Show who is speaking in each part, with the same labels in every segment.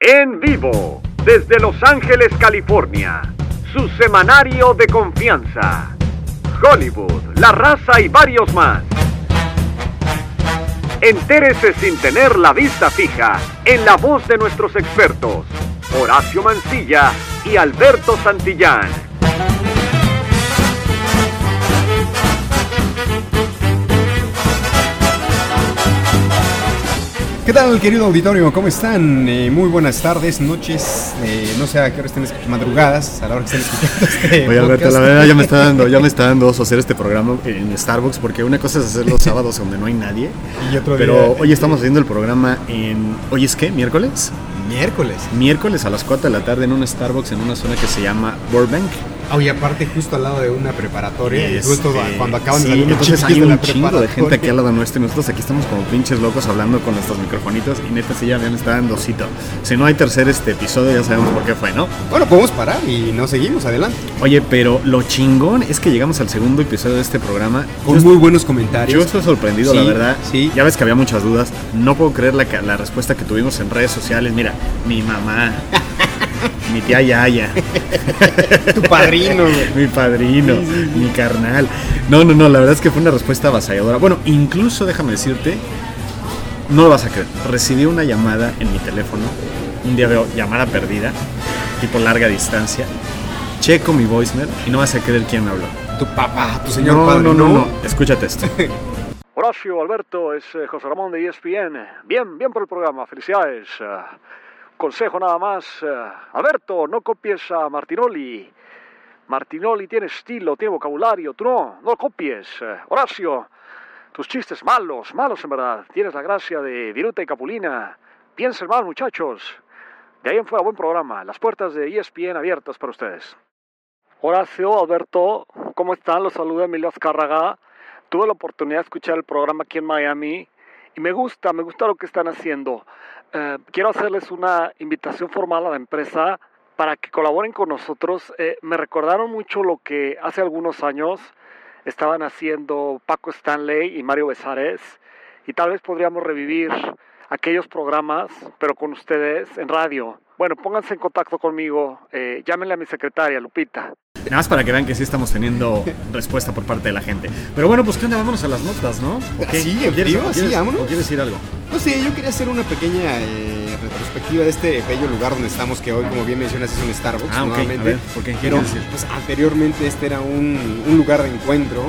Speaker 1: En vivo, desde Los Ángeles, California, su semanario de confianza. Hollywood, La Raza y varios más. Entérese sin tener la vista fija en la voz de nuestros expertos, Horacio Mancilla y Alberto Santillán.
Speaker 2: ¿Qué tal, querido auditorio? ¿Cómo están? Eh, muy buenas tardes, noches. eh, no sé a qué hora estén escuchando, madrugadas, a la hora que estén escuchando este
Speaker 3: Oye Alberto,
Speaker 2: podcast.
Speaker 3: la verdad ya me está dando, ya me está dando oso hacer este programa en Starbucks porque una cosa es hacer los sábados donde no hay nadie,
Speaker 2: Y otro
Speaker 3: pero
Speaker 2: día,
Speaker 3: hoy estamos haciendo el programa en, ¿hoy es qué? ¿Miércoles?
Speaker 2: miércoles.
Speaker 3: Miércoles a las 4 de la tarde en un Starbucks en una zona que se llama Burbank.
Speaker 2: Oye, aparte justo al lado de una preparatoria, y justo
Speaker 3: Este,
Speaker 2: cuando acaban
Speaker 3: sí,
Speaker 2: de salir los
Speaker 3: entonces
Speaker 2: chiquis
Speaker 3: hay
Speaker 2: de la
Speaker 3: un chingo de gente aquí
Speaker 2: preparatoria.
Speaker 3: al lado nuestro y nosotros aquí estamos como pinches locos hablando con nuestros microfonitos y neta sí ya me está dando osito. Si no hay tercer este episodio ya sabemos por qué fue, ¿no?
Speaker 2: Bueno, podemos parar y no seguimos adelante.
Speaker 3: Oye, pero lo chingón es que llegamos al segundo episodio de este programa. Yo
Speaker 2: Con muy buenos comentarios.
Speaker 3: Yo estoy sorprendido,
Speaker 2: Sí,
Speaker 3: la verdad.
Speaker 2: sí.
Speaker 3: Ya ves que había muchas dudas. No puedo creer la, ca- la respuesta que tuvimos en redes sociales. Mira, mi mamá, mi tía Yaya,
Speaker 2: tu padrino, güey.
Speaker 3: mi padrino, mi carnal. No, no, no, la verdad es que fue una respuesta avasalladora. Bueno, incluso déjame decirte, no lo vas a creer. Recibí una llamada en mi teléfono, un día veo llamada perdida, tipo larga distancia. Checo mi voicemail y no vas a creer quién me habló.
Speaker 2: Tu papá, tu señor
Speaker 3: no,
Speaker 2: padre.
Speaker 3: no, no, no, escúchate esto.
Speaker 1: Horacio, Alberto, es eh, José Ramón de ESPN. Bien, bien por el programa, felicidades. Ah, consejo nada más, ah, Alberto, no copies a Martinoli. Martinoli tiene estilo, tiene vocabulario, tú no, no lo copies. Ah, Horacio, tus chistes malos, malos en verdad. Tienes la gracia de Viruta y Capulina. Piensen más, muchachos. De ahí en fuera, buen programa. Las puertas de E ESPN abiertas para ustedes. Horacio, Alberto, ¿cómo están? Los saluda Emilio Azcárraga. Tuve la oportunidad de escuchar el programa aquí en Miami y me gusta, me gusta lo que están haciendo. Eh, quiero hacerles una invitación formal a la empresa para que colaboren con nosotros. Eh, me recordaron mucho lo que hace algunos años estaban haciendo Paco Stanley y Mario Besares y tal vez podríamos revivir aquellos programas, pero con ustedes en radio. Bueno, pónganse en contacto conmigo, eh, llámenle a mi secretaria, Lupita.
Speaker 3: Nada más para que vean que sí estamos teniendo respuesta por parte de la gente. Pero bueno, pues qué onda, vámonos a las notas, ¿no? ¿O qué?
Speaker 2: Sí,
Speaker 3: ¿O
Speaker 2: en
Speaker 3: quieres-
Speaker 2: vivo,
Speaker 3: o
Speaker 2: sí,
Speaker 3: quieres-
Speaker 2: vámonos.
Speaker 3: o quieres decir algo?
Speaker 2: No sé, Pues yo quería hacer una pequeña eh, retrospectiva de este bello lugar donde estamos, que hoy, como bien mencionas, es un Starbucks
Speaker 3: Ah, ok,
Speaker 2: nuevamente.
Speaker 3: a ver, ¿por qué? ¿Qué
Speaker 2: Pero,
Speaker 3: quieres decir?
Speaker 2: pues, anteriormente este era un, un lugar de encuentro,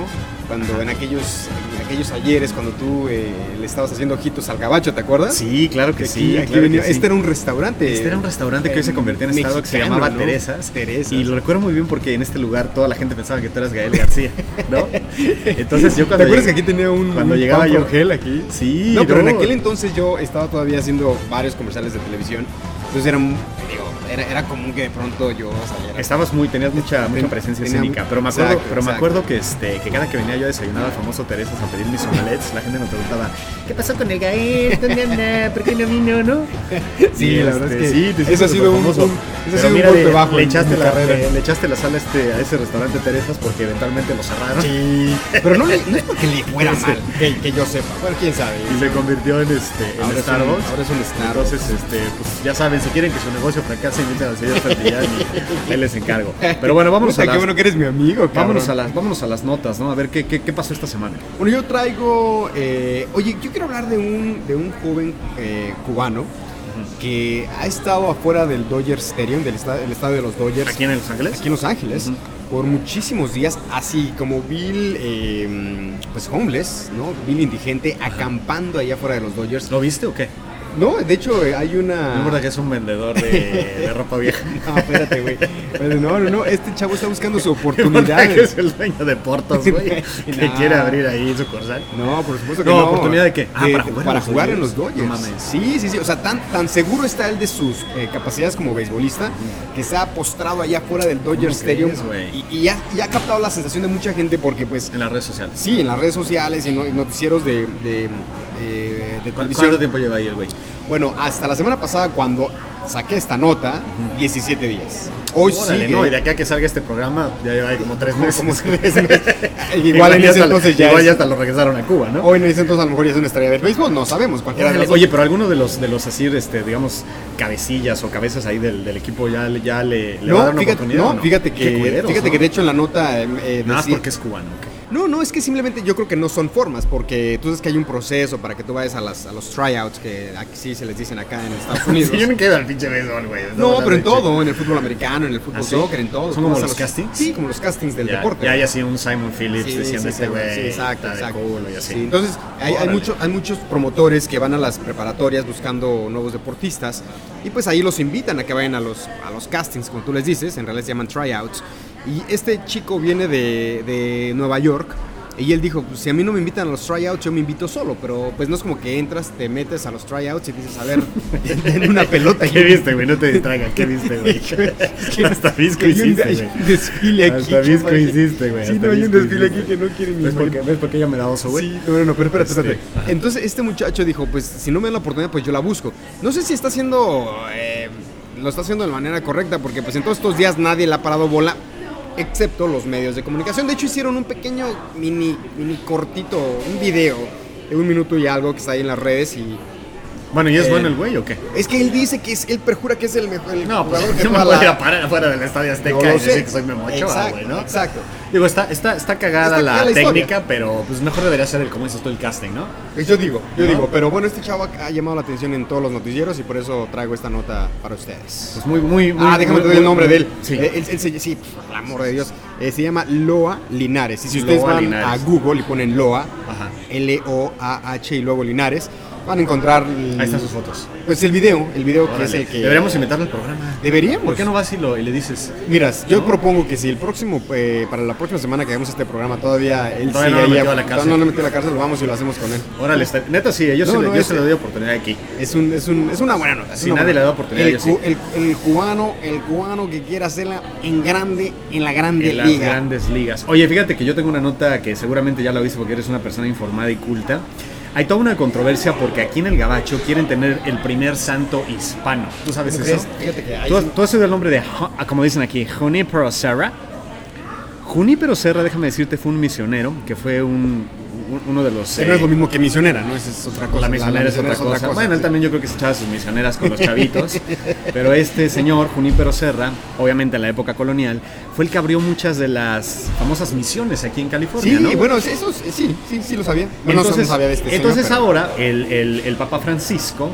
Speaker 2: cuando en aquellos, en aquellos ayeres, cuando tú eh, le estabas haciendo ojitos al gabacho, ¿te acuerdas?
Speaker 3: Sí, claro que
Speaker 2: Aquí-
Speaker 3: sí.
Speaker 2: aquí
Speaker 3: claro que
Speaker 2: venía-
Speaker 3: sí.
Speaker 2: Este era un restaurante.
Speaker 3: Este era un restaurante que hoy se convirtió en
Speaker 2: mexicano,
Speaker 3: Starbucks, se llamaba
Speaker 2: ¿no?
Speaker 3: Teresas.
Speaker 2: Teresas.
Speaker 3: Y lo recuerdo muy bien porque en este lugar toda la gente pensaba que tú eras Gael García, ¿no? Entonces yo
Speaker 2: ¿Te
Speaker 3: cuando,
Speaker 2: acuerdas que
Speaker 3: llegué-
Speaker 2: aquí tenía un.
Speaker 3: cuando
Speaker 2: un
Speaker 3: llegaba
Speaker 2: pan
Speaker 3: yo
Speaker 2: pro-
Speaker 3: aquí? Sí,
Speaker 2: No, pero en aquel entonces yo estaba todavía haciendo varios comerciales de televisión. Entonces era, un- digo, era, era común que de pronto yo saliera.
Speaker 3: Estabas muy, tenías mucha, mucha
Speaker 2: Ten-
Speaker 3: presencia
Speaker 2: tenía
Speaker 3: escénica,
Speaker 2: mu-
Speaker 3: pero me acuerdo,
Speaker 2: exacto,
Speaker 3: pero me
Speaker 2: exacto.
Speaker 3: acuerdo que, este, que cada que venía yo a desayunar al famoso Teresa a pedir mis omelets, la gente me preguntaba, ¿qué pasó con el Gael? ¿Dónde anda? ¿Por qué no vino, no?
Speaker 2: Sí,
Speaker 3: Y, este,
Speaker 2: la verdad es que
Speaker 3: sí, te
Speaker 2: eso
Speaker 3: hiciste
Speaker 2: ha sido un-
Speaker 3: famoso.
Speaker 2: un- eso ha
Speaker 3: Pero
Speaker 2: sido un
Speaker 3: mira,
Speaker 2: golpe
Speaker 3: le,
Speaker 2: bajo
Speaker 3: le
Speaker 2: en
Speaker 3: echaste
Speaker 2: mi
Speaker 3: la,
Speaker 2: carrera.
Speaker 3: le- le echaste la sal a, este, a ese restaurante Teresas porque eventualmente lo cerraron.
Speaker 2: Sí, pero no, le- no es porque le fuera mal, que, que yo sepa. Bueno, quién sabe.
Speaker 3: Y se convirtió en, este, en
Speaker 2: Ahora es un-
Speaker 3: Starbucks.
Speaker 2: ahora es un Starbucks.
Speaker 3: Entonces, este, pues, ya saben, si quieren que su negocio fracase, inviten al señor Santillán y él les encargo. Pero bueno, vámonos
Speaker 2: Puta,
Speaker 3: a
Speaker 2: Ah, Qué
Speaker 3: las,
Speaker 2: bueno que eres mi amigo, cabrón.
Speaker 3: vámonos a las, vámonos a las notas, ¿no? A ver qué, qué, qué pasó esta semana.
Speaker 2: Bueno, yo traigo. eh, oye, yo quiero hablar de un, de un joven eh, cubano que ha estado afuera del Dodgers Stadium, del estadio, el estadio de los Dodgers.
Speaker 3: ¿Aquí en Los Ángeles?
Speaker 2: aquí en Los Ángeles
Speaker 3: Ujú.
Speaker 2: por muchísimos días, así como Bill, eh, pues homeless, ¿no? Bill indigente, acampando allá afuera de los Dodgers.
Speaker 3: ¿Lo viste o qué?
Speaker 2: No, de hecho eh, hay
Speaker 3: No
Speaker 2: una...
Speaker 3: importa que es un vendedor de, de ropa vieja.
Speaker 2: No, espérate, güey. Pero No, no, no, este chavo está buscando su
Speaker 3: No importa que es
Speaker 2: oportunidad.
Speaker 3: el dueño de Portos, güey, que
Speaker 2: Nah.
Speaker 3: quiere abrir ahí su corsal.
Speaker 2: No, por supuesto que
Speaker 3: No,
Speaker 2: no.
Speaker 3: ¿oportunidad de qué? Ah, para jugar en los
Speaker 2: jugar en los
Speaker 3: Dodgers.
Speaker 2: Dodgers.
Speaker 3: No mames.
Speaker 2: Sí, sí, sí. O sea, tan, tan seguro está él de sus eh, capacidades como beisbolista que se ha postrado allá fuera del Dodgers
Speaker 3: crees,
Speaker 2: Stadium
Speaker 3: güey?
Speaker 2: y, y ha, y ha captado la sensación de mucha gente porque pues
Speaker 3: En las redes sociales.
Speaker 2: Sí, en las redes sociales y en noticiero de, de, eh, de
Speaker 3: ¿Cu-
Speaker 2: televisión.
Speaker 3: ¿Cuánto tiempo lleva ahí el güey?
Speaker 2: Bueno, hasta la semana pasada cuando saqué esta nota, 17 días. Hoy
Speaker 3: Órale,
Speaker 2: sigue.
Speaker 3: no, y de acá que salga este programa ya lleva ahí como tres meses.
Speaker 2: Como tres meses. Igual en
Speaker 3: ya
Speaker 2: ese
Speaker 3: hasta-
Speaker 2: entonces ya
Speaker 3: Igual
Speaker 2: es-
Speaker 3: ya hasta lo regresaron a Cuba, ¿no?
Speaker 2: Hoy en ese entonces a lo mejor ya es una estrella del béisbol, no sabemos. Cualquiera de
Speaker 3: Órale,
Speaker 2: las dos.
Speaker 3: Oye, pero alguno de los, de los así, este, digamos, cabecillas o cabezas ahí del, del equipo ya, le- ya le, le va a dar
Speaker 2: no,
Speaker 3: una
Speaker 2: fíjate,
Speaker 3: oportunidad.
Speaker 2: no,
Speaker 3: o
Speaker 2: fíjate
Speaker 3: Qué
Speaker 2: que,
Speaker 3: culeros,
Speaker 2: fíjate
Speaker 3: ¿no?
Speaker 2: que de hecho en la nota eh, eh,
Speaker 3: Nada más
Speaker 2: decía-
Speaker 3: porque es cubano. ok.
Speaker 2: No, no, es que simplemente yo creo que no son formas, porque tú sabes que hay un proceso para que tú vayas a, las, a los tryouts, que aquí sí se les dicen acá en Estados Unidos.
Speaker 3: Sí, yo me quedo al pinche béisbol, güey.
Speaker 2: No, pero en
Speaker 3: leche.
Speaker 2: todo, en el fútbol americano, en el fútbol
Speaker 3: ¿Ah, sí?
Speaker 2: soccer, en todo.
Speaker 3: ¿Son como
Speaker 2: Tú vas a
Speaker 3: los castings?
Speaker 2: Sí, como los castings del
Speaker 3: ya,
Speaker 2: deporte.
Speaker 3: Ya hay así un Simon Phillips
Speaker 2: Sí,
Speaker 3: diciendo
Speaker 2: sí,
Speaker 3: este
Speaker 2: sí,
Speaker 3: güey.
Speaker 2: sí, exacto,
Speaker 3: está de
Speaker 2: exacto.
Speaker 3: culo y así.
Speaker 2: Sí, entonces, hay, hay
Speaker 3: Órale.
Speaker 2: mucho, hay muchos promotores que van a las preparatorias buscando nuevos deportistas y pues ahí los invitan a que vayan a los, a los castings, como tú les dices, en realidad se llaman tryouts. Y este chico viene de, de Nueva York y él dijo, pues si a mí no me invitan a los tryouts, yo me invito solo, pero pues no es como que entras, te metes a los tryouts y dices, a ver, en una pelota.
Speaker 3: ¿Qué viste, güey? No te distraigas. ¿Qué viste, güey? Hasta disco
Speaker 2: Hay un-
Speaker 3: hiciste,
Speaker 2: hay
Speaker 3: güey.
Speaker 2: un desfile aquí.
Speaker 3: Hasta disco
Speaker 2: chaval.
Speaker 3: hiciste, güey.
Speaker 2: Sí,
Speaker 3: hasta
Speaker 2: no, hay un
Speaker 3: disco
Speaker 2: desfile aquí
Speaker 3: hiciste.
Speaker 2: que no quieren ni
Speaker 3: ¿Ves por qué-
Speaker 2: voltear.
Speaker 3: ¿Ves por qué ella me da oso, güey?
Speaker 2: Sí, no, no, pero espérate, espérate.
Speaker 3: Este, ajá.
Speaker 2: Entonces, este muchacho dijo, pues, si no me dan la oportunidad, pues yo la busco. No sé si está haciendo, eh, lo está haciendo de la manera correcta, porque pues en todos estos días nadie le ha parado bola, excepto los medios de comunicación. De hecho, hicieron un pequeño mini, mini cortito, un video de un minuto y algo que está ahí en las redes y...
Speaker 3: Bueno, ¿y es
Speaker 2: Eh,
Speaker 3: bueno el güey o qué?
Speaker 2: Es que él dice que es, él perjura que es el mejor el
Speaker 3: No, pues
Speaker 2: jugador que
Speaker 3: yo me
Speaker 2: juega
Speaker 3: voy a
Speaker 2: la-
Speaker 3: ir a parar afuera del Estadio Azteca
Speaker 2: No lo
Speaker 3: y decir
Speaker 2: sé.
Speaker 3: que soy Memo Ochoa,
Speaker 2: Exacto,
Speaker 3: güey, ¿no?
Speaker 2: exacto.
Speaker 3: Digo, está, está, está cagada
Speaker 2: Está
Speaker 3: la
Speaker 2: cagada la historia.
Speaker 3: técnica, pero pues mejor debería ser el, como dices tú, el casting, ¿no?
Speaker 2: Pues Yo digo, yo
Speaker 3: ¿No?
Speaker 2: digo, pero bueno, este chavo ha llamado la atención en todos los noticieros y por eso traigo esta nota para ustedes.
Speaker 3: Pues muy, muy, muy...
Speaker 2: Ah, déjame
Speaker 3: muy-
Speaker 2: te doy el nombre de él.
Speaker 3: Sí.
Speaker 2: Eh, él- él se- sí, por el amor de Dios. Eh, se llama Loa Linares. Y si ustedes
Speaker 3: Loa
Speaker 2: van
Speaker 3: Linares.
Speaker 2: a Google y ponen Loa,
Speaker 3: Ajá.
Speaker 2: L-O-A-H y luego Linares, van a encontrar. el-
Speaker 3: Ahí están sus fotos.
Speaker 2: Pues el video, el video que es
Speaker 3: Órale.
Speaker 2: el que.
Speaker 3: Deberíamos invitarlo al programa.
Speaker 2: Deberíamos.
Speaker 3: ¿Por qué no vas y, lo, y le dices?
Speaker 2: Miras, yo
Speaker 3: ¿No?
Speaker 2: propongo que si el próximo, eh, para la próxima semana que hagamos este programa, todavía él
Speaker 3: Todavía no
Speaker 2: sigue
Speaker 3: lo
Speaker 2: ahí
Speaker 3: metió a la cárcel.
Speaker 2: no lo metió a la cárcel, lo vamos y lo hacemos con él.
Speaker 3: Órale, está- neta sí, yo, se,
Speaker 2: No,
Speaker 3: le,
Speaker 2: no,
Speaker 3: yo
Speaker 2: es-
Speaker 3: se le doy oportunidad aquí.
Speaker 2: Es, un, es, un, es una buena nota. es
Speaker 3: Sí,
Speaker 2: una
Speaker 3: nadie
Speaker 2: buena.
Speaker 3: le da oportunidad,
Speaker 2: El,
Speaker 3: yo sí.
Speaker 2: cu- el- el cubano, el cubano que quiera hacerla en grande, en la grande
Speaker 3: En las
Speaker 2: liga.
Speaker 3: grandes ligas. Oye, fíjate que yo tengo una nota que seguramente ya la oíste porque eres una persona informada y culta. Hay toda una controversia porque aquí en el Gabacho quieren tener el primer santo hispano. ¿Tú sabes
Speaker 2: ¿Cómo
Speaker 3: eso?
Speaker 2: crees? Fíjate que hay
Speaker 3: ¿Tú, has-
Speaker 2: un-
Speaker 3: tú has oído el nombre de, Ju- ah, como dicen aquí, Junípero Serra? Junípero Serra, déjame decirte, fue un misionero que fue un- un- uno de los...
Speaker 2: Que no
Speaker 3: eh,
Speaker 2: es lo mismo que misionera, ¿no? Esa es otra cosa.
Speaker 3: Pues la misionera es otra cosa. Bueno, él
Speaker 2: sí.
Speaker 3: también yo creo que se echaba sus misioneras con los chavitos. pero este señor, Junípero Serra, obviamente en la época colonial, fue el que abrió muchas de las famosas misiones aquí en California,
Speaker 2: Sí,
Speaker 3: ¿no?
Speaker 2: bueno, sí, eso sí, sí, sí, sí lo sabía. Bueno, no
Speaker 3: entonces,
Speaker 2: sabía de este señor,
Speaker 3: entonces
Speaker 2: pero-
Speaker 3: ahora el, el- el Papa Francisco,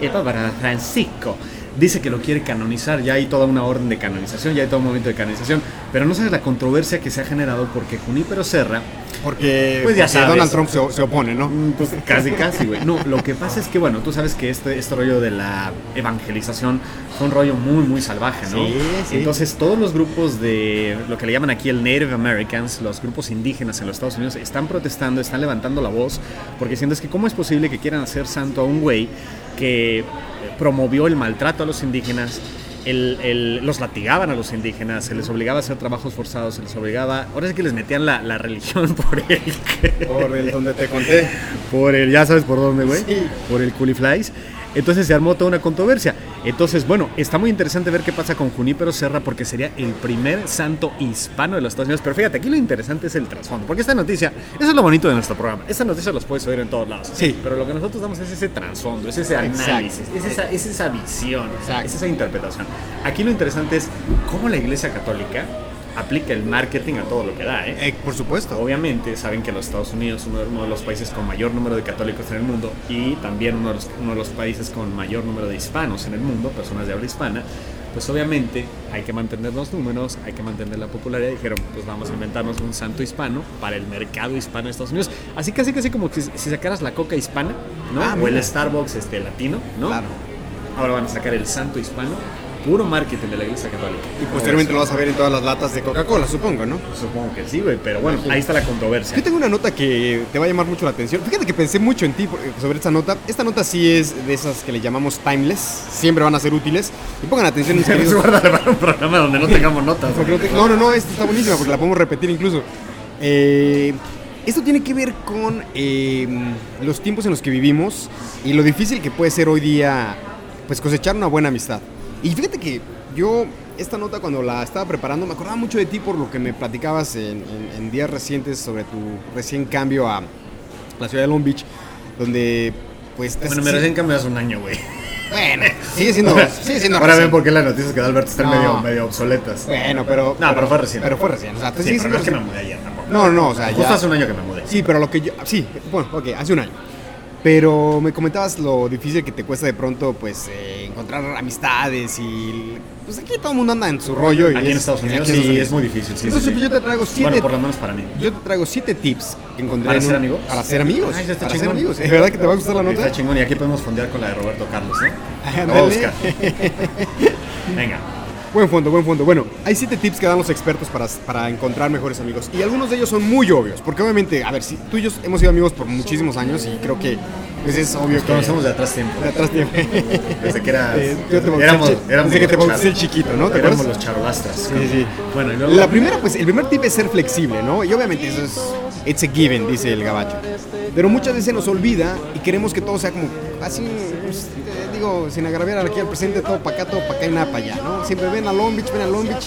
Speaker 3: el Papa Francisco, dice que lo quiere canonizar, ya hay toda una orden de canonización, ya hay todo un momento de canonización, pero no sabes la controversia que se ha generado porque Junípero Serra
Speaker 2: Porque,
Speaker 3: Pues ya
Speaker 2: porque
Speaker 3: sabes.
Speaker 2: Donald Trump se, se opone, ¿no?
Speaker 3: Mm, Pues casi, casi, güey. No, lo que pasa es que, bueno, tú sabes que este, este rollo de la evangelización fue un rollo muy, muy salvaje, ¿no?
Speaker 2: Sí, sí.
Speaker 3: Entonces, todos los grupos de lo que le llaman aquí el Native Americans, los grupos indígenas en los Estados Unidos, están protestando, están levantando la voz, porque sientes que, ¿cómo es posible que quieran hacer santo a un güey que promovió el maltrato a los indígenas? el- el- los latigaban a los indígenas, se les obligaba a hacer trabajos forzados, se les obligaba. Ahora sí que les metían la, la religión por el que-
Speaker 2: Por el donde te conté.
Speaker 3: por el, ya sabes por dónde, güey.
Speaker 2: Sí.
Speaker 3: Por el Culiflies. Entonces se armó toda una controversia. Entonces, bueno, está muy interesante ver qué pasa con Junípero Serra porque sería el primer santo hispano de los Estados Unidos. Pero fíjate, aquí lo interesante es el trasfondo. Porque esta noticia, eso es lo bonito de nuestro programa. Esta noticia las puedes oír en todos lados.
Speaker 2: Sí.
Speaker 3: Pero lo que nosotros damos es ese trasfondo, es ese
Speaker 2: Exacto.
Speaker 3: análisis, es esa, es esa visión,
Speaker 2: Exacto.
Speaker 3: es esa interpretación. Aquí lo interesante es cómo la Iglesia Católica aplica el marketing a todo lo que da, ¿eh?
Speaker 2: Eh, por supuesto.
Speaker 3: Obviamente saben que los Estados Unidos es uno de- uno de los países con mayor número de católicos en el mundo y también uno de los, uno de los países con mayor número de hispanos en el mundo, personas de habla hispana. Pues obviamente hay que mantener los números, hay que mantener la popularidad. Dijeron, pues vamos a inventarnos un santo hispano para el mercado hispano de Estados Unidos. Así casi casi como que si si sacaras la coca hispana, ¿no?
Speaker 2: Ah,
Speaker 3: o el
Speaker 2: mira.
Speaker 3: Starbucks este, latino, ¿no?
Speaker 2: Claro.
Speaker 3: Ahora van a sacar el santo hispano, puro marketing de la iglesia católica. Pues,
Speaker 2: Y posteriormente lo vas a ver en todas las latas de Coca-Cola, supongo, ¿no?
Speaker 3: Supongo que sí, güey, pero bueno, ahí está la controversia.
Speaker 2: Yo tengo una nota que te va a llamar mucho la atención. Fíjate que pensé mucho en ti por- eh, sobre esta nota. Esta nota sí es de esas que le llamamos timeless. Siempre van a ser útiles. Y pongan atención, mis
Speaker 3: Pero
Speaker 2: queridos.
Speaker 3: guárdala para un programa donde no tengamos notas.
Speaker 2: Porque no, te- no, no, no, esta está buenísima porque la podemos repetir incluso. Eh, Esto tiene que ver con eh, los tiempos en los que vivimos y lo difícil que puede ser hoy día pues cosechar una buena amistad. Y fíjate que yo esta nota cuando la estaba preparando me acordaba mucho de ti por lo que me platicabas en, en- en días recientes sobre tu recién cambio a la ciudad de Long Beach, donde pues... te-
Speaker 3: Bueno, me
Speaker 2: sí-
Speaker 3: recién cambiaste un año, güey.
Speaker 2: Bueno, sigue siendo... sigue siendo
Speaker 3: Ahora
Speaker 2: recién.
Speaker 3: ven por qué las noticias que da Alberto están
Speaker 2: No.
Speaker 3: medio, medio obsoletas.
Speaker 2: Bueno, pero...
Speaker 3: No, pero fue recién.
Speaker 2: Pero fue recién, o sea, te
Speaker 3: Sí,
Speaker 2: sigue
Speaker 3: pero no es que
Speaker 2: siendo
Speaker 3: me mudé allá tampoco.
Speaker 2: No, no, no, o sea,
Speaker 3: Justo
Speaker 2: ya-
Speaker 3: hace un año que me mudé.
Speaker 2: Sí, pero lo que yo. Sí, bueno, ok, hace un año. Pero me comentabas lo difícil que te cuesta de pronto, pues, eh, encontrar amistades y. Pues aquí todo el mundo anda en su rollo. y
Speaker 3: Aquí en
Speaker 2: es-
Speaker 3: Estados Unidos
Speaker 2: aquí en
Speaker 3: sí,
Speaker 2: Estados
Speaker 3: es muy difícil. Sí,
Speaker 2: Entonces,
Speaker 3: sí, sí.
Speaker 2: pues, yo te traigo siete.
Speaker 3: Bueno, por lo menos para mí.
Speaker 2: Yo te traigo siete tips que encontré.
Speaker 3: ¿Para
Speaker 2: en
Speaker 3: ser amigos?
Speaker 2: Para ser amigos.
Speaker 3: Ay, está
Speaker 2: para ser
Speaker 3: chingón.
Speaker 2: amigos. ¿Es verdad que te va a gustar la nota?
Speaker 3: Está chingón y aquí podemos fondear con la de Roberto Carlos, ¿no? La voy a
Speaker 2: Ándale.
Speaker 3: buscar. Venga.
Speaker 2: Buen fondo, buen fondo. Bueno, hay siete tips que dan los expertos para, para encontrar mejores amigos. Y algunos de ellos son muy obvios. Porque obviamente, a ver, si tú y yo hemos sido amigos por muchísimos años y creo que pues, es obvio
Speaker 3: Nos
Speaker 2: que...
Speaker 3: conocemos de atrás tiempo.
Speaker 2: de atrás tiempo.
Speaker 3: Desde que era.
Speaker 2: Eh, yo te bauticé
Speaker 3: éramos,
Speaker 2: el chi-
Speaker 3: éramos
Speaker 2: desde que te
Speaker 3: los
Speaker 2: bauticé el
Speaker 3: char-
Speaker 2: chiquito, ¿no? ¿Te
Speaker 3: éramos
Speaker 2: acuerdas?
Speaker 3: los charolastras.
Speaker 2: Sí, sí.
Speaker 3: Bueno, y luego.
Speaker 2: La primera, pues, el primer tip es ser flexible, ¿no? Y obviamente eso es, it's a given, dice el gabacho. Pero muchas veces se nos olvida y queremos que todo sea como, así, pues, eh, digo, sin agraviar aquí al presente, todo para acá, todo para acá y nada para allá, ¿no? Siempre ven a Long Beach, ven a Long Beach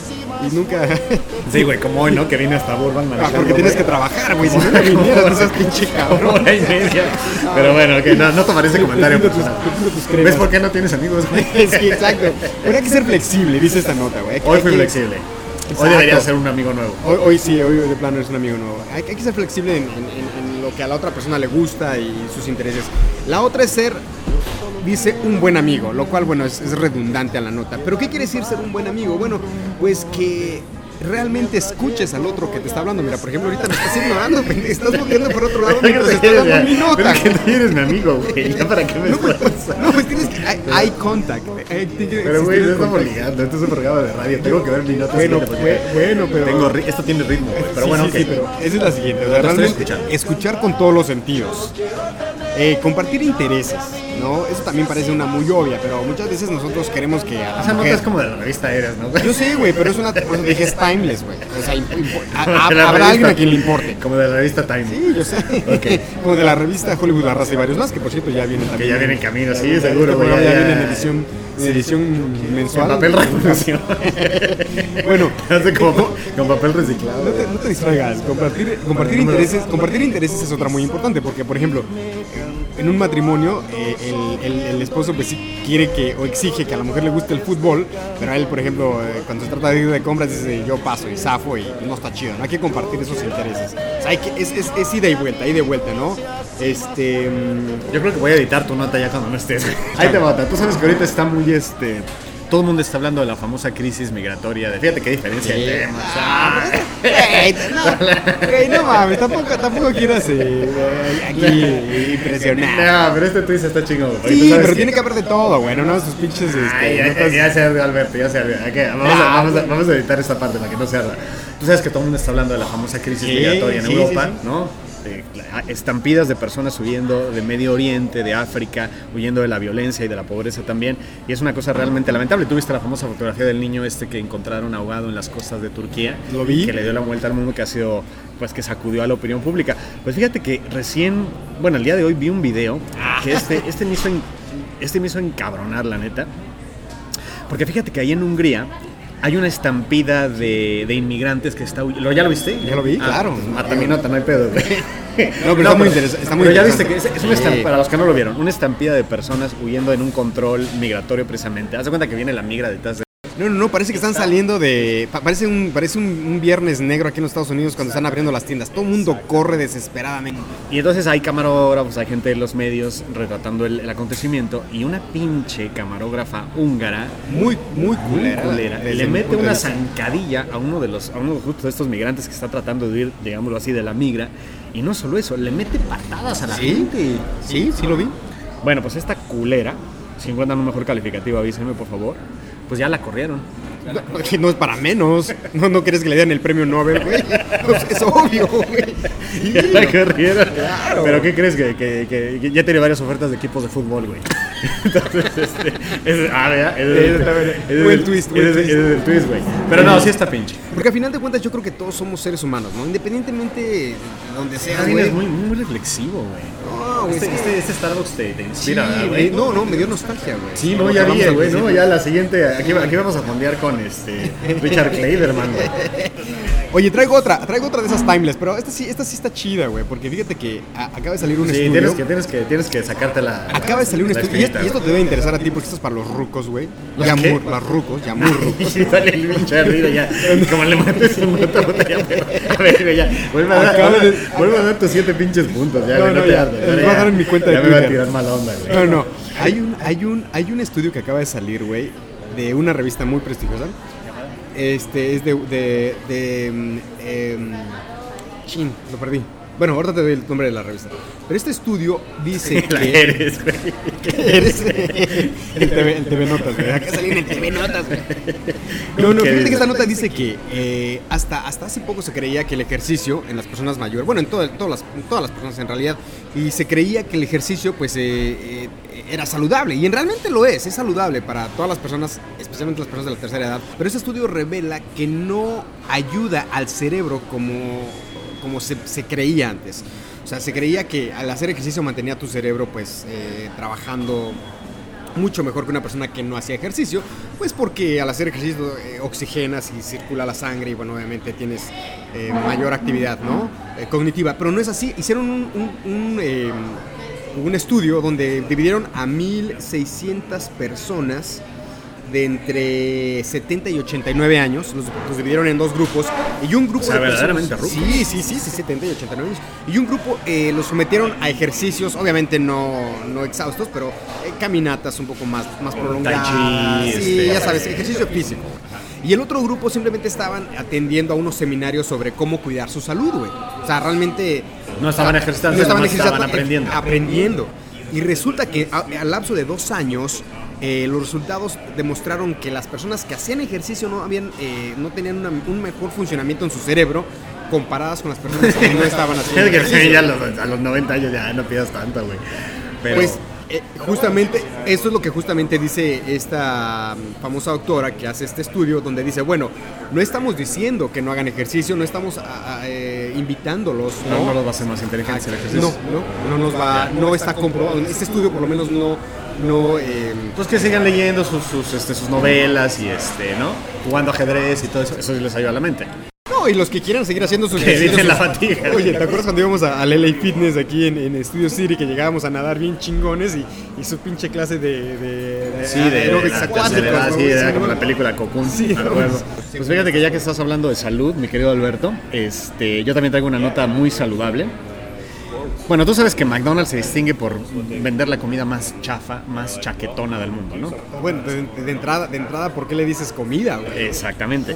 Speaker 2: y nunca...
Speaker 3: Sí, güey, como hoy, ¿no? Que vine hasta Burbank
Speaker 2: Ah,
Speaker 3: manejando,
Speaker 2: porque tienes
Speaker 3: güey.
Speaker 2: que trabajar, güey. Si no vinieras, no seas pinche
Speaker 3: Una
Speaker 2: cabrón.
Speaker 3: hora y media. Pero bueno, que no, no tomaré ese comentario.
Speaker 2: Metiendo tus-
Speaker 3: personal.
Speaker 2: metiendo tus cremas.
Speaker 3: ¿Ves por qué no tienes amigos, güey?
Speaker 2: Sí, exacto. Pero hay que ser flexible, dice esta nota, güey. Hay que-
Speaker 3: Hoy
Speaker 2: hay
Speaker 3: fui
Speaker 2: que-
Speaker 3: flexible.
Speaker 2: Exacto.
Speaker 3: Hoy debería ser un amigo nuevo.
Speaker 2: Hoy, hoy sí, hoy de plano es un amigo nuevo. Hay, hay que ser flexible en, en- en- en lo que a la otra persona le gusta y sus intereses. La otra es ser, dice, un buen amigo, lo cual, bueno, es, es redundante a la nota. Pero ¿qué quiere decir ser un buen amigo? Bueno, pues que realmente escuches al otro que te está hablando. Mira, por ejemplo, ahorita me estás ignorando, pendejo, estás moviendo por otro lado mientras estoy
Speaker 3: Pero
Speaker 2: dando mi nota.
Speaker 3: que tú eres mi amigo, güey. ¿Ya para qué me
Speaker 2: No, pues,
Speaker 3: esfuerzas?
Speaker 2: no, pues tienes que. Hay, hay contact. eh, hay- tiene que
Speaker 3: Pero güey,
Speaker 2: existir
Speaker 3: no
Speaker 2: el
Speaker 3: estamos
Speaker 2: contacto.
Speaker 3: ligando, esto es un programa de radio, tengo que ver mi nota.
Speaker 2: Bueno,
Speaker 3: siguiente,
Speaker 2: bue-
Speaker 3: porque
Speaker 2: bueno, pero-
Speaker 3: Tengo ri- esto tiene ritmo, güey, pero
Speaker 2: Sí,
Speaker 3: bueno,
Speaker 2: sí,
Speaker 3: ok.
Speaker 2: sí, pero esa es la siguiente. o sea,
Speaker 3: Lo estoy
Speaker 2: realmente escuchar.
Speaker 3: escuchando.
Speaker 2: con todos los sentidos. Eh, compartir intereses, ¿no? Eso también parece una muy obvia, pero muchas veces nosotros queremos que a la
Speaker 3: O sea, no
Speaker 2: mujer-
Speaker 3: es como de la revista Eres, ¿no?
Speaker 2: Yo sé, güey, pero es una... Por eso dije, es timeless, güey. O sea, impo- impo- a- a-
Speaker 3: De la
Speaker 2: habrá alguien
Speaker 3: revista-
Speaker 2: a quien le importe.
Speaker 3: Como de la revista Time,
Speaker 2: Sí, yo sé.
Speaker 3: Ok.
Speaker 2: Como de la revista Hollywood, la raza y varios más, que por cierto ya vienen
Speaker 3: que
Speaker 2: también.
Speaker 3: ya viene en camino, sí,
Speaker 2: Este
Speaker 3: seguro, güey.
Speaker 2: programa
Speaker 3: ya-
Speaker 2: ya viene en
Speaker 3: ya-
Speaker 2: edición, en edición mensual.
Speaker 3: Con papel revolución.
Speaker 2: Bueno,
Speaker 3: Hace como con papel
Speaker 2: No
Speaker 3: reciclado.
Speaker 2: te, no te distraigas, compartir, compartir, intereses, compartir intereses es otra muy importante, porque por ejemplo, en un matrimonio eh, el, el- el esposo pues sí quiere que o exige que a la mujer le guste el fútbol, pero a él por ejemplo eh, cuando se trata de ir de compras dice yo paso y zafo y no está chido, no hay que compartir esos intereses. O sea, hay que, es, es- es ida y vuelta, ida y vuelta, ¿no? Este... mm,
Speaker 3: Yo creo que voy a editar tu nota ya cuando no estés. Ahí te mata. Tú sabes que ahorita está muy este. Todo el mundo está hablando de la famosa crisis migratoria. de- Fíjate qué diferencia de temas. Ah,
Speaker 2: este Güey, no, güey, no mames, tampoco, tampoco quieras eh, aquí impresionar.
Speaker 3: No, pero este twist está chingón. porque tú
Speaker 2: Sí,
Speaker 3: sabes
Speaker 2: pero tiene que haber de todo, güey. No, no, pues. sus pinches. Este,
Speaker 3: Ay, ya,
Speaker 2: notas-
Speaker 3: ya se ardió Alberto, ya se ardió. Ok, vamos, a, vamos, a, vamos a editar esta parte para que no se arda. Tú sabes que todo el mundo está hablando de la famosa crisis
Speaker 2: Sí,
Speaker 3: migratoria en
Speaker 2: sí,
Speaker 3: Europa,
Speaker 2: sí, sí.
Speaker 3: ¿no? De la- Estampidas de personas huyendo de Medio Oriente, de África, huyendo de la violencia y de la pobreza también. Y es una cosa realmente lamentable. Tuviste la famosa fotografía del niño este que encontraron ahogado en las costas de Turquía.
Speaker 2: Lo vi.
Speaker 3: Que le dio la vuelta al mundo, que ha sido, pues, que sacudió a la opinión pública. Pues fíjate que recién, bueno, el día de hoy vi un video
Speaker 2: Ah.
Speaker 3: que este, este, me, hizo en- este me hizo encabronar, la neta. Porque fíjate que ahí en Hungría hay una estampida de, de inmigrantes que está huy- ¿Lo, ¿Ya lo viste?
Speaker 2: Ya lo vi, claro.
Speaker 3: pues, mata mi nota, no hay pedo. güey.
Speaker 2: pero está muy interesa- está muy
Speaker 3: pero ya
Speaker 2: interesante.
Speaker 3: viste que es, es una estamp-
Speaker 2: Sí.
Speaker 3: para los que no lo vieron, una estampida de personas huyendo en un control migratorio precisamente. Haz de cuenta que viene la migra detrás de...
Speaker 2: No, no, no, parece que están saliendo de. pa- Parece, un, parece un, un viernes negro aquí en los Estados Unidos cuando están abriendo las tiendas. Todo el mundo corre desesperadamente.
Speaker 3: Y entonces hay camarógrafos, hay gente de los medios retratando el, el acontecimiento y una pinche camarógrafa húngara
Speaker 2: Muy, muy
Speaker 3: muy
Speaker 2: culera.
Speaker 3: culera,
Speaker 2: desde
Speaker 3: le
Speaker 2: mi
Speaker 3: mete
Speaker 2: punto de
Speaker 3: una
Speaker 2: vista.
Speaker 3: zancadilla a uno de los a uno justo de estos migrantes que está tratando de huir, digámoslo así, de la migra. Y no solo eso, le mete patadas a la
Speaker 2: ¿Sí?
Speaker 3: gente.
Speaker 2: Sí, sí lo vi.
Speaker 3: Bueno, pues esta culera, si encuentran un mejor calificativo, avísenme por favor. Pues ya la corrieron.
Speaker 2: No, no es para menos. No, no quieres que le den el premio Nobel, güey. Pues es obvio, güey. Sí,
Speaker 3: Ya la corrieron.
Speaker 2: Claro.
Speaker 3: Pero ¿qué crees? Que, que- que- que ya tiene varias ofertas de equipos de fútbol, güey. Entonces, este. ese- ah, vea, ese es
Speaker 2: Ese también.
Speaker 3: ese es
Speaker 2: Buen
Speaker 3: el-
Speaker 2: twist,
Speaker 3: ese
Speaker 2: buen
Speaker 3: es-
Speaker 2: twist.
Speaker 3: ese es el twist, güey. Pero no, sí está pinche.
Speaker 2: Porque al final de cuentas yo creo que todos somos seres humanos, ¿no? Independientemente de donde seas,
Speaker 3: También
Speaker 2: güey.
Speaker 3: es muy, muy reflexivo, güey.
Speaker 2: No, güey,
Speaker 3: Este,
Speaker 2: es que-
Speaker 3: este- este Starbucks te, te
Speaker 2: Sí,
Speaker 3: inspira, ¿verdad,
Speaker 2: me-
Speaker 3: güey.
Speaker 2: no, no, me dio nostalgia, güey.
Speaker 3: Sí,
Speaker 2: Lo
Speaker 3: no,
Speaker 2: que
Speaker 3: ya
Speaker 2: hablamos
Speaker 3: vi,
Speaker 2: al
Speaker 3: güey, no,
Speaker 2: principio.
Speaker 3: ya la siguiente, aquí, aquí vamos a fondear con este Richard Kleiderman, güey.
Speaker 2: Oye, traigo otra, traigo otra de esas timeless, pero esta sí, esta sí está chida, güey, porque fíjate que a- acaba de salir un
Speaker 3: Sí,
Speaker 2: estudio.
Speaker 3: tienes que, tienes que, tienes que sacarte la.
Speaker 2: Acaba de salir un
Speaker 3: la
Speaker 2: estudio, y esto-
Speaker 3: espinita,
Speaker 2: y esto
Speaker 3: güey.
Speaker 2: te debe interesar a ti porque esto es para los rucos, güey.
Speaker 3: ¿Los
Speaker 2: Ya
Speaker 3: qué?
Speaker 2: muy, los rucos, ya muy rucos.
Speaker 3: Y sale el pinche arriba ya. Como le mates un moto, güey, ya, pero- A ver, güey, ya. Vuelve a, dar,
Speaker 2: Acaba
Speaker 3: vuelve a-
Speaker 2: de-
Speaker 3: vuelve a dar tus siete pinches puntos. Ya,
Speaker 2: No,
Speaker 3: güey, no,
Speaker 2: no,
Speaker 3: te
Speaker 2: ya.
Speaker 3: ardes,
Speaker 2: Les voy a
Speaker 3: ya.
Speaker 2: dar en mi cuenta de
Speaker 3: Ya me va a
Speaker 2: Twitter. Ah.
Speaker 3: tirar mala onda, güey.
Speaker 2: No, no, hay un, hay un, hay un estudio que acaba de salir, güey, de una revista muy prestigiosa. Este, es de, de, de, mm, em, chin, lo perdí. Bueno, ahorita te doy el nombre de la revista. Pero este estudio dice
Speaker 3: La
Speaker 2: que...
Speaker 3: eres, güey.
Speaker 2: Eres el TV, Este, el TV Notas, güey. Acá salí en el TV Notas, güey. No, no, fíjate
Speaker 3: Qué
Speaker 2: que
Speaker 3: bizarro.
Speaker 2: esta nota dice que eh, hasta, hasta hace poco se creía que el ejercicio en las personas mayores, bueno, en, todo- en todas, las, en todas las personas en realidad, y se creía que el ejercicio pues eh, eh, era saludable, y en realmente lo es, es saludable para todas las personas, especialmente las personas de la tercera edad, pero ese estudio revela que no ayuda al cerebro como como se, se creía antes. O sea, se creía que al hacer ejercicio mantenía tu cerebro pues eh, trabajando mucho mejor que una persona que no hacía ejercicio, pues porque al hacer ejercicio eh, oxigenas y circula la sangre y bueno, obviamente tienes eh, mayor actividad, ¿no? Eh, cognitiva, pero no es así. Hicieron un, un- un, eh, un estudio donde dividieron a 1.600 personas de entre 70 y 89 años, los, los dividieron en dos grupos y un grupo
Speaker 3: O sea,
Speaker 2: de personas-
Speaker 3: verdaderamente rucos.
Speaker 2: Sí, sí, sí, sí, 70 y 89 años. Y un grupo eh, los sometieron a ejercicios, obviamente no, no exhaustos, pero eh, caminatas un poco más, más prolongadas.
Speaker 3: Tai chi,
Speaker 2: sí,
Speaker 3: este,
Speaker 2: ya sabes, ejercicio físico. Y el otro grupo simplemente estaban atendiendo a unos seminarios sobre cómo cuidar su salud, güey. O sea, realmente...
Speaker 3: No estaban ejercitando,
Speaker 2: no estaban,
Speaker 3: nomás estaban
Speaker 2: ejercitando, eh,
Speaker 3: aprendiendo.
Speaker 2: aprendiendo. Y resulta que a- al lapso de dos años, eh, los resultados demostraron que las personas que hacían ejercicio no, habían, eh, no tenían una- un mejor funcionamiento en su cerebro comparadas con las personas que no estaban haciendo
Speaker 3: Es que sí,
Speaker 2: ejercicio.
Speaker 3: ya a los, a los 90 años ya no pidas tanto, güey. Pero.
Speaker 2: Pues eh, justamente, esto es lo que justamente dice esta mm, famosa doctora que hace este estudio, donde dice, bueno, no estamos diciendo que no hagan ejercicio, no estamos a- a, eh, invitándolos,
Speaker 3: no,
Speaker 2: ¿no?
Speaker 3: no los va a hacer más inteligentes el ejercicio.
Speaker 2: No, no, no nos va, no está comprobado. Este estudio por lo menos no, no, eh,
Speaker 3: Pues que sigan leyendo sus, sus, este, sus novelas y este, ¿no? Jugando ajedrez y todo eso. Eso sí les ayuda a la mente.
Speaker 2: no, y los que quieran seguir haciendo sus
Speaker 3: Que
Speaker 2: ejercicios,
Speaker 3: eviten la
Speaker 2: sus-
Speaker 3: fatiga.
Speaker 2: Oye, ¿te acuerdas cuando íbamos a- al LA Fitness aquí en, en Studio City que llegábamos a nadar bien chingones y, y su pinche clase de, de, de
Speaker 3: Sí, de,
Speaker 2: Ah, aeróbics
Speaker 3: la
Speaker 2: acuáticos,
Speaker 3: tercera edad,
Speaker 2: ¿no?
Speaker 3: sí, era
Speaker 2: Sí,
Speaker 3: como
Speaker 2: ¿no?
Speaker 3: la película Cocoon.
Speaker 2: Sí,
Speaker 3: me acuerdo.
Speaker 2: vamos.
Speaker 3: Pues fíjate que ya que estás hablando de salud, mi querido Alberto, este, yo también traigo una nota muy saludable. Bueno, tú sabes que McDonald's se distingue por vender la comida más chafa, más chaquetona del mundo, ¿no?
Speaker 2: Bueno, de, de entrada, de entrada, ¿por qué le dices comida, güey?
Speaker 3: Exactamente.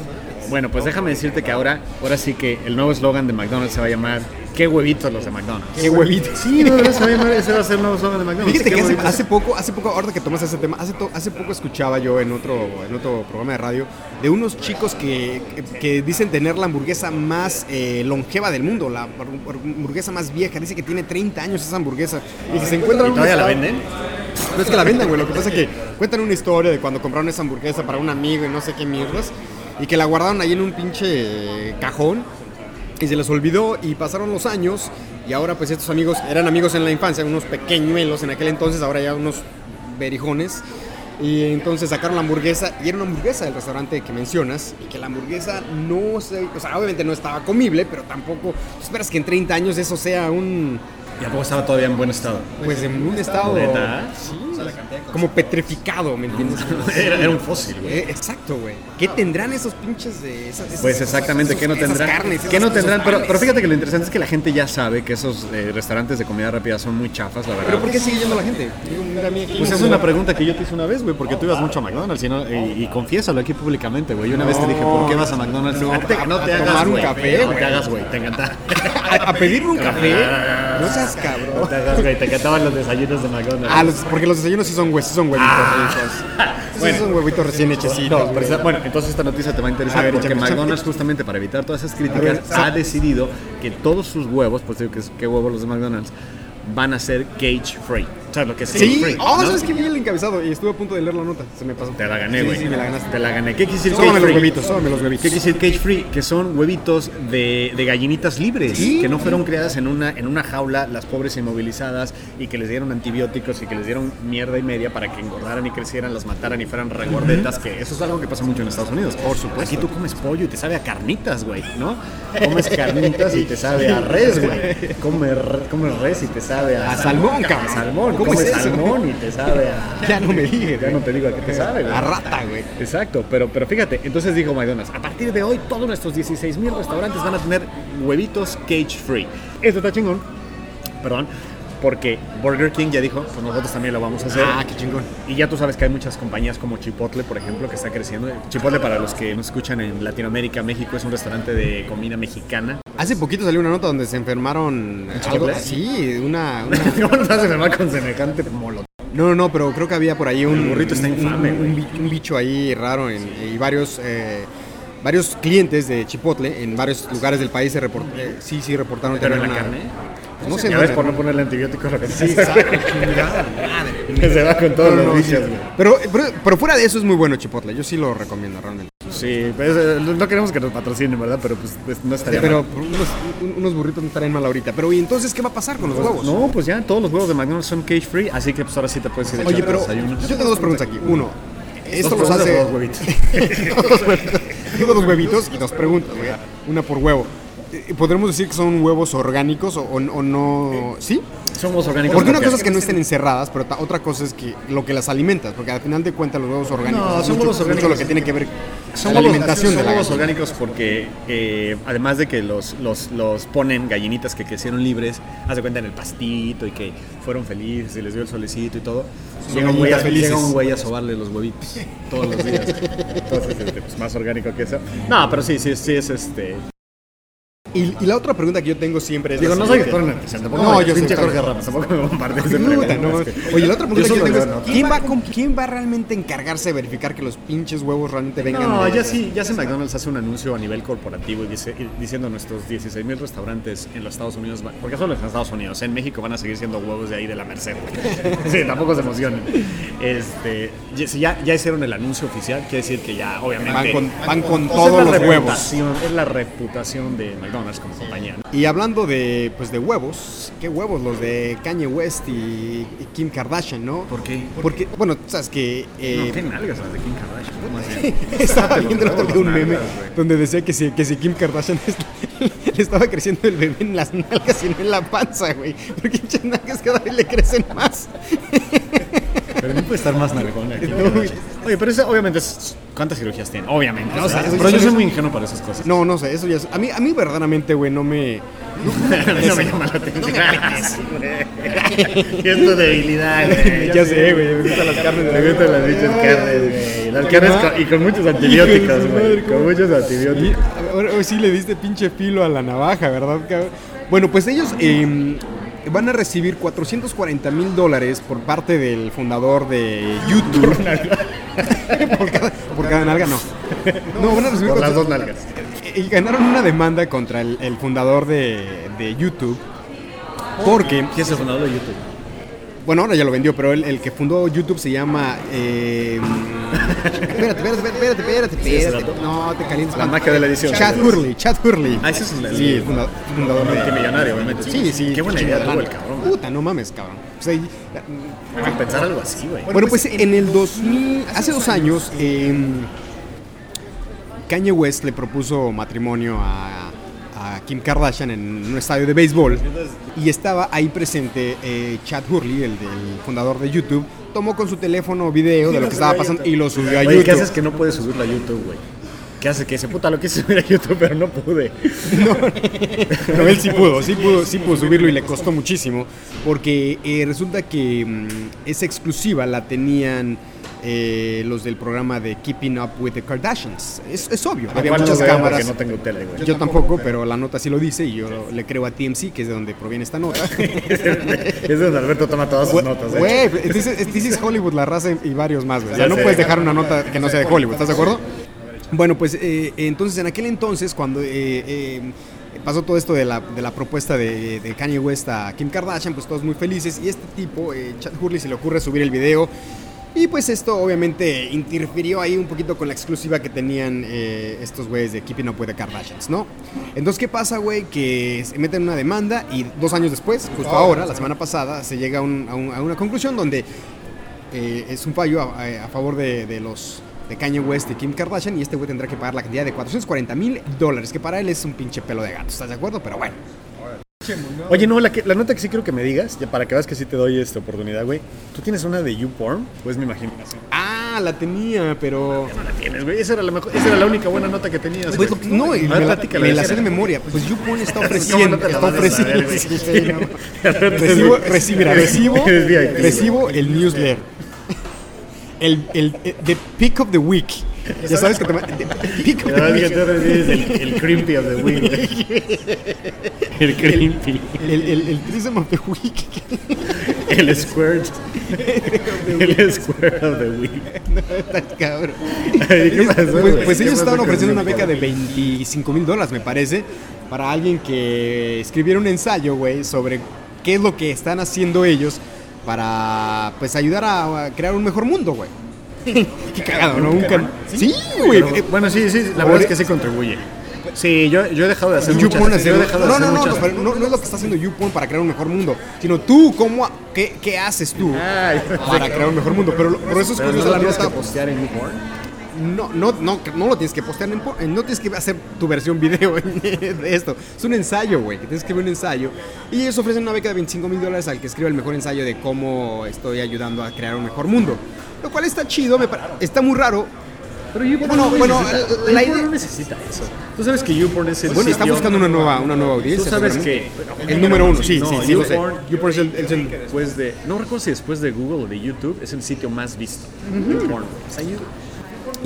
Speaker 3: Bueno, pues déjame decirte que ahora, ahora sí que el nuevo eslogan de McDonald's se va a llamar ¿Qué huevitos los de McDonald's?
Speaker 2: Qué huevito.
Speaker 3: Sí, no, no, se va a llamar- ese va a ser el nuevo eslogan de McDonald's.
Speaker 2: Fíjate
Speaker 3: ¿Qué
Speaker 2: que hace,
Speaker 3: huevitos?
Speaker 2: hace poco, hace poco, ahorita que tomas ese tema, hace, to- hace poco escuchaba yo en otro, en otro programa de radio de unos chicos que, que- que dicen tener la hamburguesa más eh, longeva del mundo, la hamburguesa más vieja. Dice que tiene 30 años esa hamburguesa. Y que se encuentra
Speaker 3: ¿Y todavía la venden?
Speaker 2: No es que la vendan, güey. Lo que pasa es que cuentan una historia de cuando compraron esa hamburguesa para un amigo y no sé qué mierdas. Y que la guardaron ahí en un pinche eh, cajón. Y se les olvidó y pasaron los años. Y ahora pues estos amigos eran amigos en la infancia, unos pequeñuelos en aquel entonces, ahora ya unos berijones. Y entonces sacaron la hamburguesa y era una hamburguesa del restaurante que mencionas. Y que la hamburguesa no se... O sea, obviamente no estaba comible, pero tampoco... Esperas que en 30 años eso sea un...
Speaker 3: ¿Y a poco estaba todavía en buen estado?
Speaker 2: Pues en un estado...
Speaker 3: ¿Neta?
Speaker 2: Sí, como petrificado, ¿me entiendes?
Speaker 3: Era, era un fósil, güey.
Speaker 2: Eh, exacto, güey. ¿Qué tendrán esos pinches de esas, esas-
Speaker 3: Pues exactamente,
Speaker 2: esas-
Speaker 3: ¿qué no
Speaker 2: esas
Speaker 3: tendrán?
Speaker 2: carnes,
Speaker 3: ¿Qué
Speaker 2: esas-
Speaker 3: no tendrán?
Speaker 2: esos
Speaker 3: Pero,
Speaker 2: panes?
Speaker 3: pero fíjate que lo interesante es que la gente ya sabe que esos eh, restaurantes de comida rápida son muy chafas, la verdad.
Speaker 2: ¿Pero por qué sigue yendo la gente? Digo, mira, mira, aquí
Speaker 3: Pues
Speaker 2: no-
Speaker 3: es una pregunta que yo te hice una vez, güey, porque tú ibas mucho a McDonald's y, no- y- y confiésalo aquí públicamente, güey. Yo una vez te dije, ¿por qué vas a McDonald's?
Speaker 2: No,
Speaker 3: Ah, te-
Speaker 2: a-
Speaker 3: no te
Speaker 2: a
Speaker 3: hagas,
Speaker 2: tomar un
Speaker 3: güey.
Speaker 2: café,
Speaker 3: No te
Speaker 2: güey.
Speaker 3: hagas, güey, te encanta.
Speaker 2: ¿A, a pedirme un café? No seas
Speaker 3: No te
Speaker 2: cabrón.
Speaker 3: hagas, güey, te encantaban los desayunos de McDonald's.
Speaker 2: Ah, los- porque los desayunos sí son, hue- sí son huevitos ricos. Sí
Speaker 3: Bueno.
Speaker 2: son huevitos recién hechecitos.
Speaker 3: Ah. No,
Speaker 2: güey.
Speaker 3: precisa- bueno, entonces esta noticia te va a interesar
Speaker 2: A ver,
Speaker 3: porque
Speaker 2: échame, échame.
Speaker 3: McDonald's justamente para evitar todas esas
Speaker 2: A ver,
Speaker 3: críticas
Speaker 2: sa-
Speaker 3: ha decidido que todos sus huevos, pues digo que es- qué huevos los de McDonald's, van a ser cage free. ¿Sabes lo que es cage
Speaker 2: Sí,
Speaker 3: free?
Speaker 2: oh,
Speaker 3: ¿no?
Speaker 2: sabes que vi el encabezado y estuve a punto de leer la nota. Se me pasó.
Speaker 3: Te la gané,
Speaker 2: Sí,
Speaker 3: güey.
Speaker 2: Sí, me la ganaste.
Speaker 3: Te la gané. ¿Qué quisiste
Speaker 2: Sóbame los huevitos, sóbame los huevitos.
Speaker 3: ¿Qué quiere decir cage free? Que son huevitos de, de gallinitas libres,
Speaker 2: Sí.
Speaker 3: que no fueron criadas en una, en una jaula, las pobres inmovilizadas, y que les dieron antibióticos y que les dieron mierda y media para que engordaran y crecieran, las mataran y fueran regordetas, que eso es algo que pasa mucho en Estados Unidos. Por supuesto. Aquí tú comes pollo y te sabe a carnitas, güey, ¿no? Comes carnitas y te sabe a res, güey. Comes, re- comes res y te sabe a,
Speaker 2: A salmón, cabrón.
Speaker 3: salmón.
Speaker 2: ¿Cómo es
Speaker 3: comes
Speaker 2: eso?
Speaker 3: salmón y te sabe a...
Speaker 2: Ya no me dije,
Speaker 3: Ya no te digo a qué te sabe, güey.
Speaker 2: A rata, güey.
Speaker 3: Exacto, pero, pero fíjate, entonces dijo McDonald's, a partir de hoy todos nuestros 16 mil restaurantes van a tener huevitos cage free. Esto está chingón, perdón, porque Burger King ya dijo, pues nosotros también lo vamos a hacer.
Speaker 2: Ah, qué chingón.
Speaker 3: Y ya tú sabes que hay muchas compañías como Chipotle, por ejemplo, que está creciendo. Chipotle, para los que nos escuchan en Latinoamérica, México, es un restaurante de comida mexicana.
Speaker 2: Hace poquito salió una nota donde se enfermaron algo
Speaker 3: chocolate?
Speaker 2: así, una, una-
Speaker 3: ¿Cómo nos vas a enfermar con semejante molo?
Speaker 2: No, no, no, pero creo que había por ahí un
Speaker 3: El burrito está
Speaker 2: un-
Speaker 3: infame,
Speaker 2: un-
Speaker 3: güey.
Speaker 2: un bi- un bicho ahí raro en- y varios eh, varios clientes de Chipotle en varios lugares del país se report- eh, sí, sí reportaron
Speaker 3: ¿Pero en
Speaker 2: tener
Speaker 3: la
Speaker 2: una-
Speaker 3: carne?
Speaker 2: No sé,
Speaker 3: ya
Speaker 2: no
Speaker 3: ves,
Speaker 2: sé.
Speaker 3: por no ponerle antibióticos, lo que
Speaker 2: Sí, sabe, chingada madre.
Speaker 3: Que se va con todos los vicios, güey.
Speaker 2: Pero, eh, pero, pero fuera de eso es muy bueno Chipotle, yo sí lo recomiendo realmente.
Speaker 3: Sí, pues, eh, no queremos que nos patrocinen, ¿verdad? Pero pues, pues, no estaría
Speaker 2: pero
Speaker 3: mal.
Speaker 2: unos, un- unos burritos no estarían mal ahorita. Pero ¿y entonces qué va a pasar con los huevos?
Speaker 3: No, pues ya todos los huevos de McDonald's son cage free, así que pues ahora sí te puedes ir a
Speaker 2: Oye,
Speaker 3: echar
Speaker 2: pero
Speaker 3: desayuno.
Speaker 2: yo tengo dos preguntas aquí. Uno, esto
Speaker 3: Dos
Speaker 2: los
Speaker 3: preguntas,
Speaker 2: hace...
Speaker 3: dos huevitos.
Speaker 2: dos huevitos. Tengo dos huevitos y dos preguntas, ¿verdad? una por huevo. Eh, ¿Podremos decir que son huevos orgánicos o, o- o no? ¿Sí?
Speaker 3: Somos orgánicos.
Speaker 2: Porque una
Speaker 3: ¿por qué?
Speaker 2: cosa es que no estén encerradas, pero ta- otra cosa es que lo que las alimentas, porque al final de cuentas los huevos orgánicos
Speaker 3: No,
Speaker 2: es
Speaker 3: son
Speaker 2: mucho,
Speaker 3: huevos
Speaker 2: mucho
Speaker 3: orgánicos.
Speaker 2: lo que tiene que ver
Speaker 3: Son
Speaker 2: con la
Speaker 3: huevos-
Speaker 2: alimentación de
Speaker 3: son
Speaker 2: la
Speaker 3: huevos
Speaker 2: gallina.
Speaker 3: orgánicos porque eh, además de que los, los, los ponen gallinitas que crecieron libres, haz de cuenta en el pastito y que fueron felices y les dio el solecito y todo,
Speaker 2: Son
Speaker 3: llega un, güey a,
Speaker 2: gallinas felices.
Speaker 3: llega un güey a sobarle los huevitos todos los días. Entonces, este, pues, más orgánico que eso. No, pero sí, sí, sí es este...
Speaker 2: Y, y la otra pregunta que yo tengo siempre es...
Speaker 3: Digo,
Speaker 2: la
Speaker 3: no soy
Speaker 2: siguiente.
Speaker 3: experto en nutrición, tampoco
Speaker 2: No,
Speaker 3: me-
Speaker 2: yo soy
Speaker 3: pinche
Speaker 2: experto.
Speaker 3: Jorge Ramos, tampoco me bombardees de
Speaker 2: Puta,
Speaker 3: preguntas.
Speaker 2: no
Speaker 3: es este que-
Speaker 2: mames. Oye, la otra pregunta
Speaker 3: Yo
Speaker 2: que yo
Speaker 3: solo
Speaker 2: tengo es,
Speaker 3: leo notas.
Speaker 2: ¿quién va, a com- ¿quién va realmente a encargarse de verificar que los pinches huevos realmente vengan
Speaker 3: No,
Speaker 2: de-
Speaker 3: ya sí, ya se McDonald's hace un anuncio a nivel corporativo y dice, y diciendo a nuestros 16 mil restaurantes en los Estados Unidos, va- porque solo en los Estados Unidos, en México van a seguir siendo huevos de ahí de la Merced. güey. sí, tampoco se emocionen. Este, ya- si ya, ya hicieron el anuncio oficial, quiere decir que ya, obviamente.
Speaker 2: Van con- van con
Speaker 3: Pues es
Speaker 2: todos
Speaker 3: la
Speaker 2: los huevos.
Speaker 3: reputación- Es la reputación de McDonald's como compañía. ¿no?
Speaker 2: Y hablando de, pues, de huevos, ¿qué huevos? Los de Kanye West y, y Kim Kardashian, ¿no?
Speaker 3: ¿Por qué?
Speaker 2: Porque, bueno, tú sabes que... eh,
Speaker 3: no, qué nalgas las de Kim Kardashian. ¿no? Más bien.
Speaker 2: Estaba viendo el otro día un
Speaker 3: Nalgas,
Speaker 2: meme
Speaker 3: güey.
Speaker 2: donde decía que si, que si Kim Kardashian es- le estaba creciendo el bebé en las nalgas y no en la panza, güey. Porque pinches nalgas cada vez le crecen más.
Speaker 3: Pero no puede estar más nalgona. aquí, la verdad. Oye, pero eso, obviamente, es- ¿cuántas cirugías tiene? Obviamente.
Speaker 2: No, o sea,
Speaker 3: ¿verdad?
Speaker 2: eso-
Speaker 3: pero yo
Speaker 2: eso-
Speaker 3: soy muy ingenuo para esas cosas.
Speaker 2: No, no sé, eso ya es... A mí, a mí verdaderamente, güey, no me...
Speaker 3: no me llama la atención. ¿Qué es tu debilidad, güey?
Speaker 2: Ya sé, güey, me gustan las carnes de
Speaker 3: Me gustan las dichas carnes, güey. Las carnes con- y con muchos
Speaker 2: Hijo de
Speaker 3: antibióticos,
Speaker 2: su madre,
Speaker 3: güey. Con
Speaker 2: ¿cómo?
Speaker 3: muchos
Speaker 2: Y,
Speaker 3: antibióticos.
Speaker 2: ahora ahora sí le diste pinche filo a la navaja, ¿verdad? cabrón? Bueno, pues ellos eh, van a recibir 440 mil dólares por parte del fundador de YouTube. por, cada, por cada nalga, no. No, van a recibir
Speaker 3: Por las
Speaker 2: 400
Speaker 3: dos nalgas.
Speaker 2: y ganaron una demanda contra el, el fundador de, de YouTube. Porque,
Speaker 3: ¿Quién es el fundador de YouTube?
Speaker 2: bueno, ahora ya lo vendió, pero el, el que fundó YouTube se llama. eh, espérate, espérate, espérate, espérate,
Speaker 3: ese
Speaker 2: espérate.
Speaker 3: dato.
Speaker 2: No, te calientes.
Speaker 3: La
Speaker 2: man.
Speaker 3: magia de la edición.
Speaker 2: Chad Hurley, Chad Hurley.
Speaker 3: Ah, ese es el-
Speaker 2: Sí, el funda- fundador de-
Speaker 3: Multimillonario, obviamente.
Speaker 2: Sí, sí.
Speaker 3: Qué buena
Speaker 2: chingada
Speaker 3: idea tuvo
Speaker 2: lana.
Speaker 3: el cabrón. güey.
Speaker 2: Puta, no mames, cabrón. Pues ahí-
Speaker 3: Hay que Pensar algo así, güey.
Speaker 2: bueno, pues en el 2000, hace dos años, eh, Kanye West le propuso matrimonio a, a Kim Kardashian en un estadio de béisbol y estaba ahí presente eh, Chad Hurley, el, del fundador de YouTube, tomó con su teléfono video de lo que estaba pasando y lo subió a
Speaker 3: Oye, ¿qué haces
Speaker 2: YouTube.
Speaker 3: que no puedes subirlo a YouTube, güey? ¿Qué haces? Que se puta lo quise subir a YouTube, pero no pude.
Speaker 2: Pero él sí pudo, sí pudo, sí pudo subirlo y le costó muchísimo porque eh, resulta que mm, esa exclusiva la tenían eh, los del programa de Keeping Up with the Kardashians. Es, es obvio,
Speaker 3: Había muchas cámaras. no tengo tele,
Speaker 2: Yo,
Speaker 3: güey.
Speaker 2: tampoco, pero la nota sí lo dice y yo le creo a TMC, que es de donde proviene esta nota.
Speaker 3: es donde Alberto toma todas sus notas. ¿eh?
Speaker 2: Güey, this, is- this is Hollywood, la raza y varios más, güey. O sea,
Speaker 3: Ya
Speaker 2: no
Speaker 3: sé.
Speaker 2: puedes dejar una nota que no sea de Hollywood, ¿estás de acuerdo? Bueno, pues eh, entonces en aquel entonces, cuando eh, eh, pasó todo esto de la, de la propuesta de, de Kanye West a Kim Kardashian, pues todos muy felices. Y este tipo, eh, Chad Hurley, se le ocurre subir el video. Y pues esto obviamente interfirió ahí un poquito con la exclusiva que tenían eh, estos güeyes de Keeping Up with the Kardashians, ¿no? Entonces, ¿qué pasa, güey? Que se meten en una demanda y dos años después, justo ahora, la semana pasada, se llega a un- a un- a una conclusión donde eh, es un fallo a, a- a favor de, de los de Kanye West y Kim Kardashian y este güey tendrá que pagar la cantidad de 440 mil dólares, que para él es un pinche pelo de gato, ¿estás de acuerdo? Pero bueno.
Speaker 3: Oye, no, la, que- la nota que sí creo que me digas, ya para que veas que sí te doy esta oportunidad, güey. ¿Tú tienes una de YouPorn? Pues me imagino.
Speaker 2: Ah, la tenía, pero...
Speaker 3: No la tienes, güey. Esa era la, mejor- esa era la única buena nota que tenías.
Speaker 2: Pues,
Speaker 3: güey.
Speaker 2: no, y
Speaker 3: A
Speaker 2: me
Speaker 3: ver,
Speaker 2: la,
Speaker 3: platícala,
Speaker 2: me la
Speaker 3: esa
Speaker 2: sé de
Speaker 3: era-
Speaker 2: memoria. Pues YouPorn está
Speaker 3: ¿Cómo
Speaker 2: ofreciendo,
Speaker 3: no te la
Speaker 2: está
Speaker 3: vas a saber,
Speaker 2: ofreciendo.
Speaker 3: güey?
Speaker 2: sí, güey, no.
Speaker 3: Alberto,
Speaker 2: Recibo,
Speaker 3: sí.
Speaker 2: reci- mira, recibo,
Speaker 3: Eres VIP, güey.
Speaker 2: recibo el newsletter. El, el, eh, the pick of the week. Ya sabes que te ma- the pick of
Speaker 3: La
Speaker 2: the
Speaker 3: verdad es que
Speaker 2: week.
Speaker 3: tú eres el, el creepy of the week, güey. El creepy.
Speaker 2: El, el, el threesome of the week.
Speaker 3: El squirt. El squirt of the week.
Speaker 2: Cabrón.
Speaker 3: Ay, ¿qué pasó,
Speaker 2: Pues,
Speaker 3: güey?
Speaker 2: pues
Speaker 3: ¿Qué
Speaker 2: ellos
Speaker 3: pasó
Speaker 2: estaban
Speaker 3: con
Speaker 2: ofreciendo una
Speaker 3: YouPorn?
Speaker 2: beca de 25 mil dólares, me parece, para alguien que escribiera un ensayo, güey, sobre qué es lo que están haciendo ellos para, pues, ayudar a a crear un mejor mundo, güey. qué cagado, ¿no? Un can- Sí, güey. eh,
Speaker 3: Pero, bueno, sí, sí,
Speaker 2: Pobre-
Speaker 3: la verdad es que sí contribuye. Sí, yo, yo he dejado de hacer
Speaker 2: YouPorn
Speaker 3: muchas.
Speaker 2: hacer-
Speaker 3: yo he dejado de
Speaker 2: No,
Speaker 3: hacer
Speaker 2: no, no,
Speaker 3: muchas-
Speaker 2: no, pero no, no es lo que está haciendo YouPorn para crear un mejor mundo, sino tú, ¿cómo, a- qué, qué haces tú
Speaker 3: Ay,
Speaker 2: para crear un mejor mundo? Pero, lo- pero eso es
Speaker 3: pero no
Speaker 2: curioso,
Speaker 3: la
Speaker 2: la
Speaker 3: tienes que
Speaker 2: nota.
Speaker 3: postear en YouPorn.
Speaker 2: No, no, no, no lo tienes que postear, en po- en- no tienes que hacer tu versión video de esto. Es un ensayo, güey, que tienes que escribir un ensayo. Y ellos ofrecen una beca de 25 mil dólares al que escriba el mejor ensayo de cómo estoy ayudando a crear un mejor mundo. Lo cual está chido, me pare- está muy raro.
Speaker 3: Pero YouPorn
Speaker 2: Bueno,
Speaker 3: no
Speaker 2: bueno,
Speaker 3: necesita-
Speaker 2: la- la
Speaker 3: YouPorn
Speaker 2: idea-
Speaker 3: no necesita eso. Tú sabes que YouPorn es el
Speaker 2: Bueno, está
Speaker 3: sitio-
Speaker 2: buscando una nueva, una nueva audiencia.
Speaker 3: Pues Tú sabes que
Speaker 2: seguramente. El número uno, sí, sí, sí, lo sé.
Speaker 3: YouPorn,
Speaker 2: YouPorn es el- es el
Speaker 3: después de no recuerdo si después de Google o de YouTube es el sitio más visto. YouPorn. O sea, yo,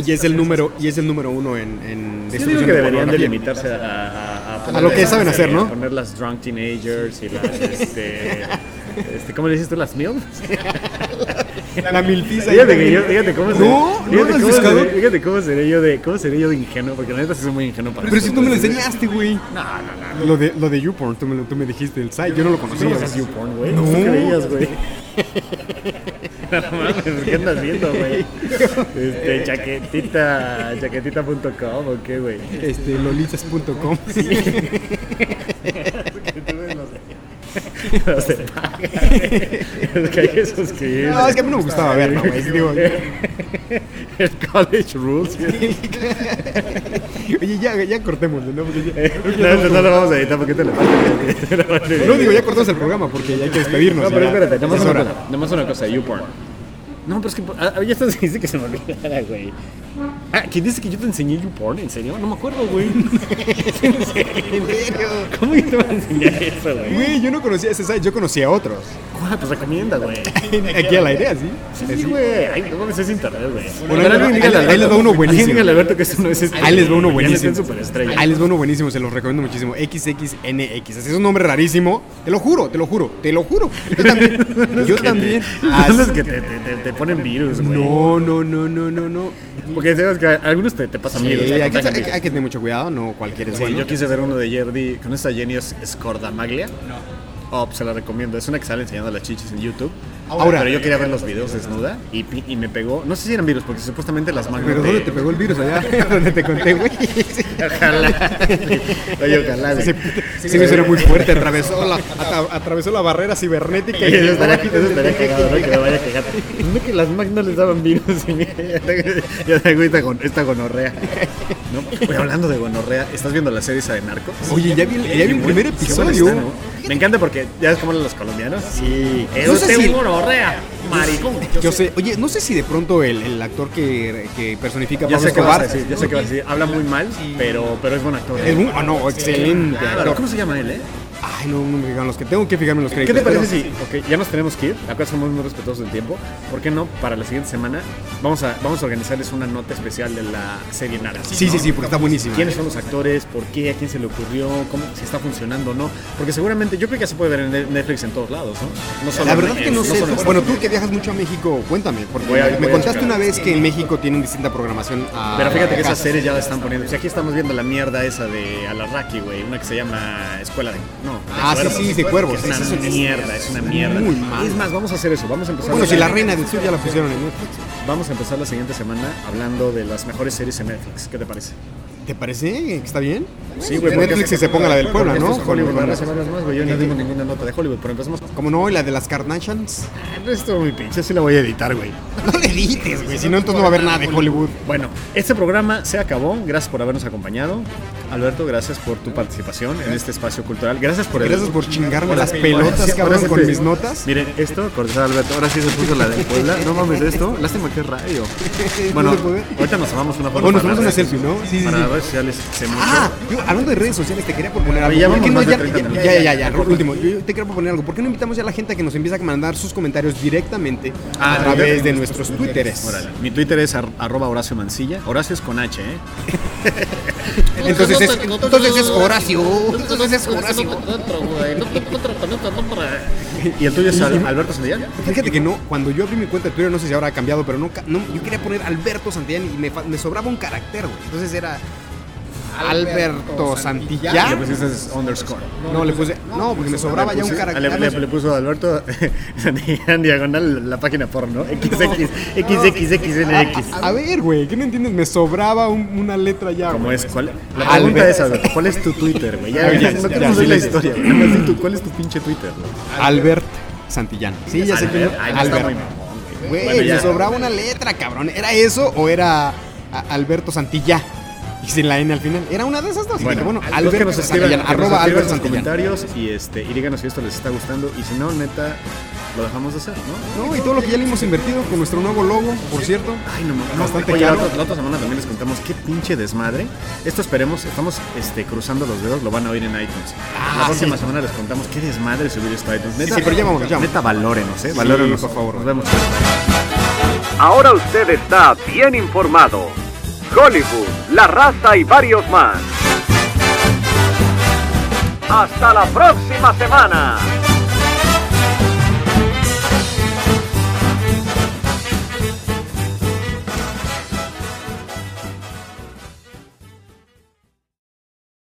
Speaker 2: Y es el número, y es el número uno en, en
Speaker 3: yo digo
Speaker 2: distribución
Speaker 3: que
Speaker 2: de
Speaker 3: deberían de
Speaker 2: pornografía.
Speaker 3: limitarse a, a,
Speaker 2: A lo que saben hacer, ¿no?
Speaker 3: Poner las drunk teenagers y las este, este ¿cómo le dices tú las milfs?
Speaker 2: La milpiza.
Speaker 3: Fíjate que yo, fíjate cómo seré.
Speaker 2: No, no
Speaker 3: fíjate
Speaker 2: lo has
Speaker 3: cómo
Speaker 2: buscado.
Speaker 3: seré- Fíjate cómo seré yo de, cómo seré yo de ingenuo, porque la neta sí soy muy ingenuo para
Speaker 2: Pero si
Speaker 3: esto,
Speaker 2: tú me lo
Speaker 3: entonces-
Speaker 2: enseñaste, güey.
Speaker 3: No, no, no.
Speaker 2: Lo de, lo de YouPorn, tú me, lo- tú me dijiste el site, yo no lo
Speaker 3: ¿Tú
Speaker 2: conocía.
Speaker 3: no
Speaker 2: güey.
Speaker 3: ves YouPorn, güey?
Speaker 2: No.
Speaker 3: ¿Tú qué veías, güey? No mames, ¿qué andas viendo, güey? Este, chaquetita, chaquetita.com o qué, güey.
Speaker 2: Este, lolitas.com.
Speaker 3: No se paga. Es que hay que suscribirse.
Speaker 2: No, es que a mí no me gustaba verlo, güey. Sí, digo,
Speaker 3: El College Rules.
Speaker 2: Oye, ya, ya cortémosle, ¿no? Porque ya-
Speaker 3: No, no, no lo vamos a editar porque te lo parte.
Speaker 2: no, digo, ya cortamos el programa porque ya hay que despedirnos.
Speaker 3: No, pero
Speaker 2: ya.
Speaker 3: espérate, nada más,
Speaker 2: Es
Speaker 3: una
Speaker 2: hora.
Speaker 3: cosa, nada más una cosa, YouPorn. No, pero es que ah, ah, ya estás dice que se me olvidara, güey. Ah, ¿quién dice que yo te enseñé YouPorn? ¿En serio? No me acuerdo, güey. ¿En serio? ¿Cómo yo te voy a enseñar eso, güey?
Speaker 2: Güey, yo no conocía ese site, yo conocía otros.
Speaker 3: ¿Cuál te recomienda, güey?
Speaker 2: Aquí al aire, así.
Speaker 3: Sí, güey. Ay, no mames, es internet, güey.
Speaker 2: Bueno, ahí- ahí-
Speaker 3: dígale a
Speaker 2: ahí les va
Speaker 3: Alberto.
Speaker 2: uno
Speaker 3: Alguien
Speaker 2: buenísimo.
Speaker 3: dígale a Alberto que eso no es este.
Speaker 2: Ahí les va uno buenísimo.
Speaker 3: Ya está en superestrella.
Speaker 2: Ahí les va uno buenísimo, se los recomiendo muchísimo. XXNX. Ese es un nombre rarísimo. Te lo juro, te lo juro, te lo juro. Yo también. Yo también. Ah,
Speaker 3: Son los que te, te, te, te ponen virus, güey.
Speaker 2: No, no, no, no, no, no.
Speaker 3: Porque sabes que algunos te, te pasan virus.
Speaker 2: Eh,
Speaker 3: te
Speaker 2: hay, que,
Speaker 3: contagian
Speaker 2: hay
Speaker 3: virus.
Speaker 2: que- hay que tener mucho cuidado, no cualquier es
Speaker 3: Sí,
Speaker 2: bueno.
Speaker 3: yo quise ver uno de Jerdy con esta Jenny es- Scordamaglia. No. Oh, pues se la recomiendo. Es una que sale enseñando las chichis en YouTube.
Speaker 2: Ahora.
Speaker 3: pero yo quería ver los videos desnuda y, pi- y me pegó. No sé si eran virus, porque supuestamente las magnas.
Speaker 2: Pero ¿dónde te pegó el virus allá? ¿Dónde te conté, güey? Sí,
Speaker 3: Ojalá. Oye, ojalá. güey.
Speaker 2: sí me suena muy fuerte. Atravesó la, atra- atravesó la barrera cibernética.
Speaker 3: Eso estaría,
Speaker 2: aquí.
Speaker 3: eso estaría cagado, ¿no? Que me vaya a quejar. No que las magnas les daban virus. y mira, Ya tengo, ya tengo esta, gon- esta gonorrea. No, Oye, hablando de gonorrea, ¿estás viendo la serie esa de narcos?
Speaker 2: Oye, ya vi, el- ya vi el primer
Speaker 3: Qué buena está, ¿no?
Speaker 2: episodio.
Speaker 3: Me encanta porque ya ves cómo hablan los colombianos. Sí.
Speaker 2: No sé si-
Speaker 3: gonorrea, maricón.
Speaker 2: Yo sé, oye, no sé si de pronto el, el actor que, que personifica a
Speaker 3: Ya
Speaker 2: Pablo
Speaker 3: sé qué vas a
Speaker 2: Escobar
Speaker 3: decir, ya sé qué vas a decir. Habla muy mal, pero, pero es buen actor.
Speaker 2: Es un, ah, no, excelente
Speaker 3: Claro,
Speaker 2: actor.
Speaker 3: ¿Cómo se llama él, eh?
Speaker 2: Ay, no, no me fijaron los que tengo que fijarme en los
Speaker 3: ¿Qué
Speaker 2: créditos.
Speaker 3: te parece
Speaker 2: pero-
Speaker 3: si ok, ya nos tenemos que ir? Acá somos muy respetuosos del tiempo. ¿Por qué no? Para la siguiente semana vamos a, vamos a organizarles una nota especial de la serie Nara.
Speaker 2: Sí, sí, sí, porque está buenísima.
Speaker 3: ¿Quiénes son los actores? ¿Por qué? ¿A quién se le ocurrió? ¿Cómo, ¿Si está funcionando o no? Porque seguramente yo creo que se puede ver en Netflix en todos lados, ¿no? No solo
Speaker 2: La
Speaker 3: en-
Speaker 2: verdad que no
Speaker 3: en-
Speaker 2: sé.
Speaker 3: solo en-
Speaker 2: Bueno, tú que viajas mucho a México, cuéntame. Porque
Speaker 3: Voy a- voy
Speaker 2: me
Speaker 3: a
Speaker 2: contaste
Speaker 3: buscar.
Speaker 2: una vez que en México tienen distinta programación a.
Speaker 3: Pero fíjate que
Speaker 2: Ah, acá.
Speaker 3: esas series ya la están poniendo. Si aquí estamos viendo la mierda esa de Alarraqui, güey. Una que se llama Escuela de. No. de
Speaker 2: Ah, sí,
Speaker 3: Cuervos.
Speaker 2: sí, de Cuervos.
Speaker 3: Que Es
Speaker 2: Esa
Speaker 3: una
Speaker 2: es una-
Speaker 3: mierda, es una mierda.
Speaker 2: muy mala.
Speaker 3: Es más, vamos a hacer eso. Vamos a empezar.
Speaker 2: Bueno,
Speaker 3: a
Speaker 2: si la
Speaker 3: hablar-
Speaker 2: reina del sur ya la pusieron en Netflix.
Speaker 3: Vamos a empezar la siguiente semana hablando de las mejores series en Netflix. ¿Qué te parece?
Speaker 2: ¿Te parece que está bien?
Speaker 3: Sí, güey, porque
Speaker 2: Netflix
Speaker 3: hace
Speaker 2: que se ponga la del Puebla,
Speaker 3: Porque
Speaker 2: ¿no?
Speaker 3: esto es Hollywood,
Speaker 2: Con-
Speaker 3: varias semanas más, güey. Yo no digo ninguna nota de Hollywood, pero empezamos.
Speaker 2: Como no, y la de las Kardashians.
Speaker 3: Ah, Esto es muy pinche, sí la voy a editar, güey.
Speaker 2: No le edites, güey. Si no, entonces no va a haber nada de Hollywood.
Speaker 3: Bueno, este programa se acabó. Gracias por habernos acompañado. Alberto, gracias por tu participación en este espacio cultural. Gracias por el-
Speaker 2: Gracias por chingarme las
Speaker 3: Ahora
Speaker 2: pelotas,
Speaker 3: sí, ahora
Speaker 2: cabrón,
Speaker 3: sí
Speaker 2: con
Speaker 3: te-
Speaker 2: mis notas.
Speaker 3: Miren, esto, cortesía de Alberto, ahora sí se puso la de Puebla. No mames esto, lástima que es radio. Bueno,
Speaker 2: se puede.
Speaker 3: ahorita nos tomamos una foto.
Speaker 2: Bueno, nos
Speaker 3: para
Speaker 2: tomamos una
Speaker 3: las redes-
Speaker 2: selfie, ¿no? Sí, sí,
Speaker 3: Para
Speaker 2: sí.
Speaker 3: las redes sociales se mucho.
Speaker 2: Ah, yo, hablando de redes sociales, te quería proponer algo.
Speaker 3: Oye, ya
Speaker 2: ¿Por qué
Speaker 3: vamos
Speaker 2: no?
Speaker 3: más de
Speaker 2: Ya,
Speaker 3: 30
Speaker 2: ya,
Speaker 3: minutos.
Speaker 2: ya, ya, ya, lo último. Yo, yo te quiero proponer algo. ¿Por qué no invitamos ya a la gente a que nos empiece a mandar sus comentarios directamente
Speaker 3: Ah,
Speaker 2: a través
Speaker 3: directamente.
Speaker 2: de nuestros twitteres?
Speaker 3: Órale. Mi Twitter es ar- arroba Horacio Mancilla. Horacio es con H, ¿eh?
Speaker 2: Entonces es, entonces es Horacio. Entonces es
Speaker 4: No
Speaker 2: Horacio.
Speaker 4: te encuentro, güey. No te encuentro con otro nombre.
Speaker 3: ¿Y el tuyo es Al- Alberto Santillán?
Speaker 2: Fíjate que no, cuando yo abrí mi cuenta de Twitter, no sé si ahora ha cambiado, pero nunca, no, yo quería poner Alberto Santillán y me, fa- me sobraba un carácter, güey. Entonces era Alberto
Speaker 3: Le
Speaker 2: Santillán.
Speaker 3: pusiste es underscore.
Speaker 2: No, le puse, no, porque me sobraba
Speaker 3: Le
Speaker 2: ya un
Speaker 3: puse- ah,
Speaker 2: carácter.
Speaker 3: Le, le- le puso Alberto Santillán diagonal la página porno. XX, XXXNX.
Speaker 2: A ver, güey, ¿qué no entiendes? Me sobraba un- una letra ya.
Speaker 3: ¿Cómo
Speaker 2: güey.
Speaker 3: es? ¿Cuál? La pregunta
Speaker 2: Albert.
Speaker 3: es, Alberto, ¿cuál es tu Twitter, güey?
Speaker 2: Ah,
Speaker 3: Ya,
Speaker 2: ya,
Speaker 3: ya, no
Speaker 2: ya,
Speaker 3: queremos
Speaker 2: sí,
Speaker 3: ver la
Speaker 2: listo.
Speaker 3: historia, güey. Nada más di tú, ¿Cuál es tu pinche Twitter, güey?
Speaker 2: Albert Santillán. Sí, ya sé que no.
Speaker 3: Albert, ay, ya está muy
Speaker 2: Albert.
Speaker 3: mamón, güey.
Speaker 2: Güey,
Speaker 3: Bueno, ya.
Speaker 2: me sobraba una letra, cabrón. ¿Era eso o era a- Alberto Santillá? Y sin la N al final. Era una de esas dos. Y dije,
Speaker 3: Bueno,
Speaker 2: Bueno,
Speaker 3: los que
Speaker 2: Alberto
Speaker 3: nos escriban,
Speaker 2: Santillán.
Speaker 3: que nos
Speaker 2: Arroba
Speaker 3: escriban
Speaker 2: Alberto
Speaker 3: sus
Speaker 2: Santillán.
Speaker 3: comentarios y, este, y díganos si esto les está gustando. Y si no, neta, lo dejamos de hacer, ¿no?
Speaker 2: No, y todo lo que ya le hemos invertido con nuestro nuevo logo, por cierto.
Speaker 3: Ay, no, mames.
Speaker 2: Bastante
Speaker 3: Oye, la
Speaker 2: caro.
Speaker 3: otra- la otra semana también les contamos qué pinche desmadre. Esto esperemos, estamos este, cruzando los dedos, lo van a oír en iTunes. la próxima semana les contamos qué desmadre subir esto a iTunes. Neta,
Speaker 2: sí, pero ya vámonos, ya
Speaker 3: Neta, valórenos, ¿eh? Valórenos,
Speaker 2: por favor.
Speaker 3: Nos vemos.
Speaker 1: Ahora usted está bien informado. Hollywood, La Raza y varios más. Hasta la próxima semana.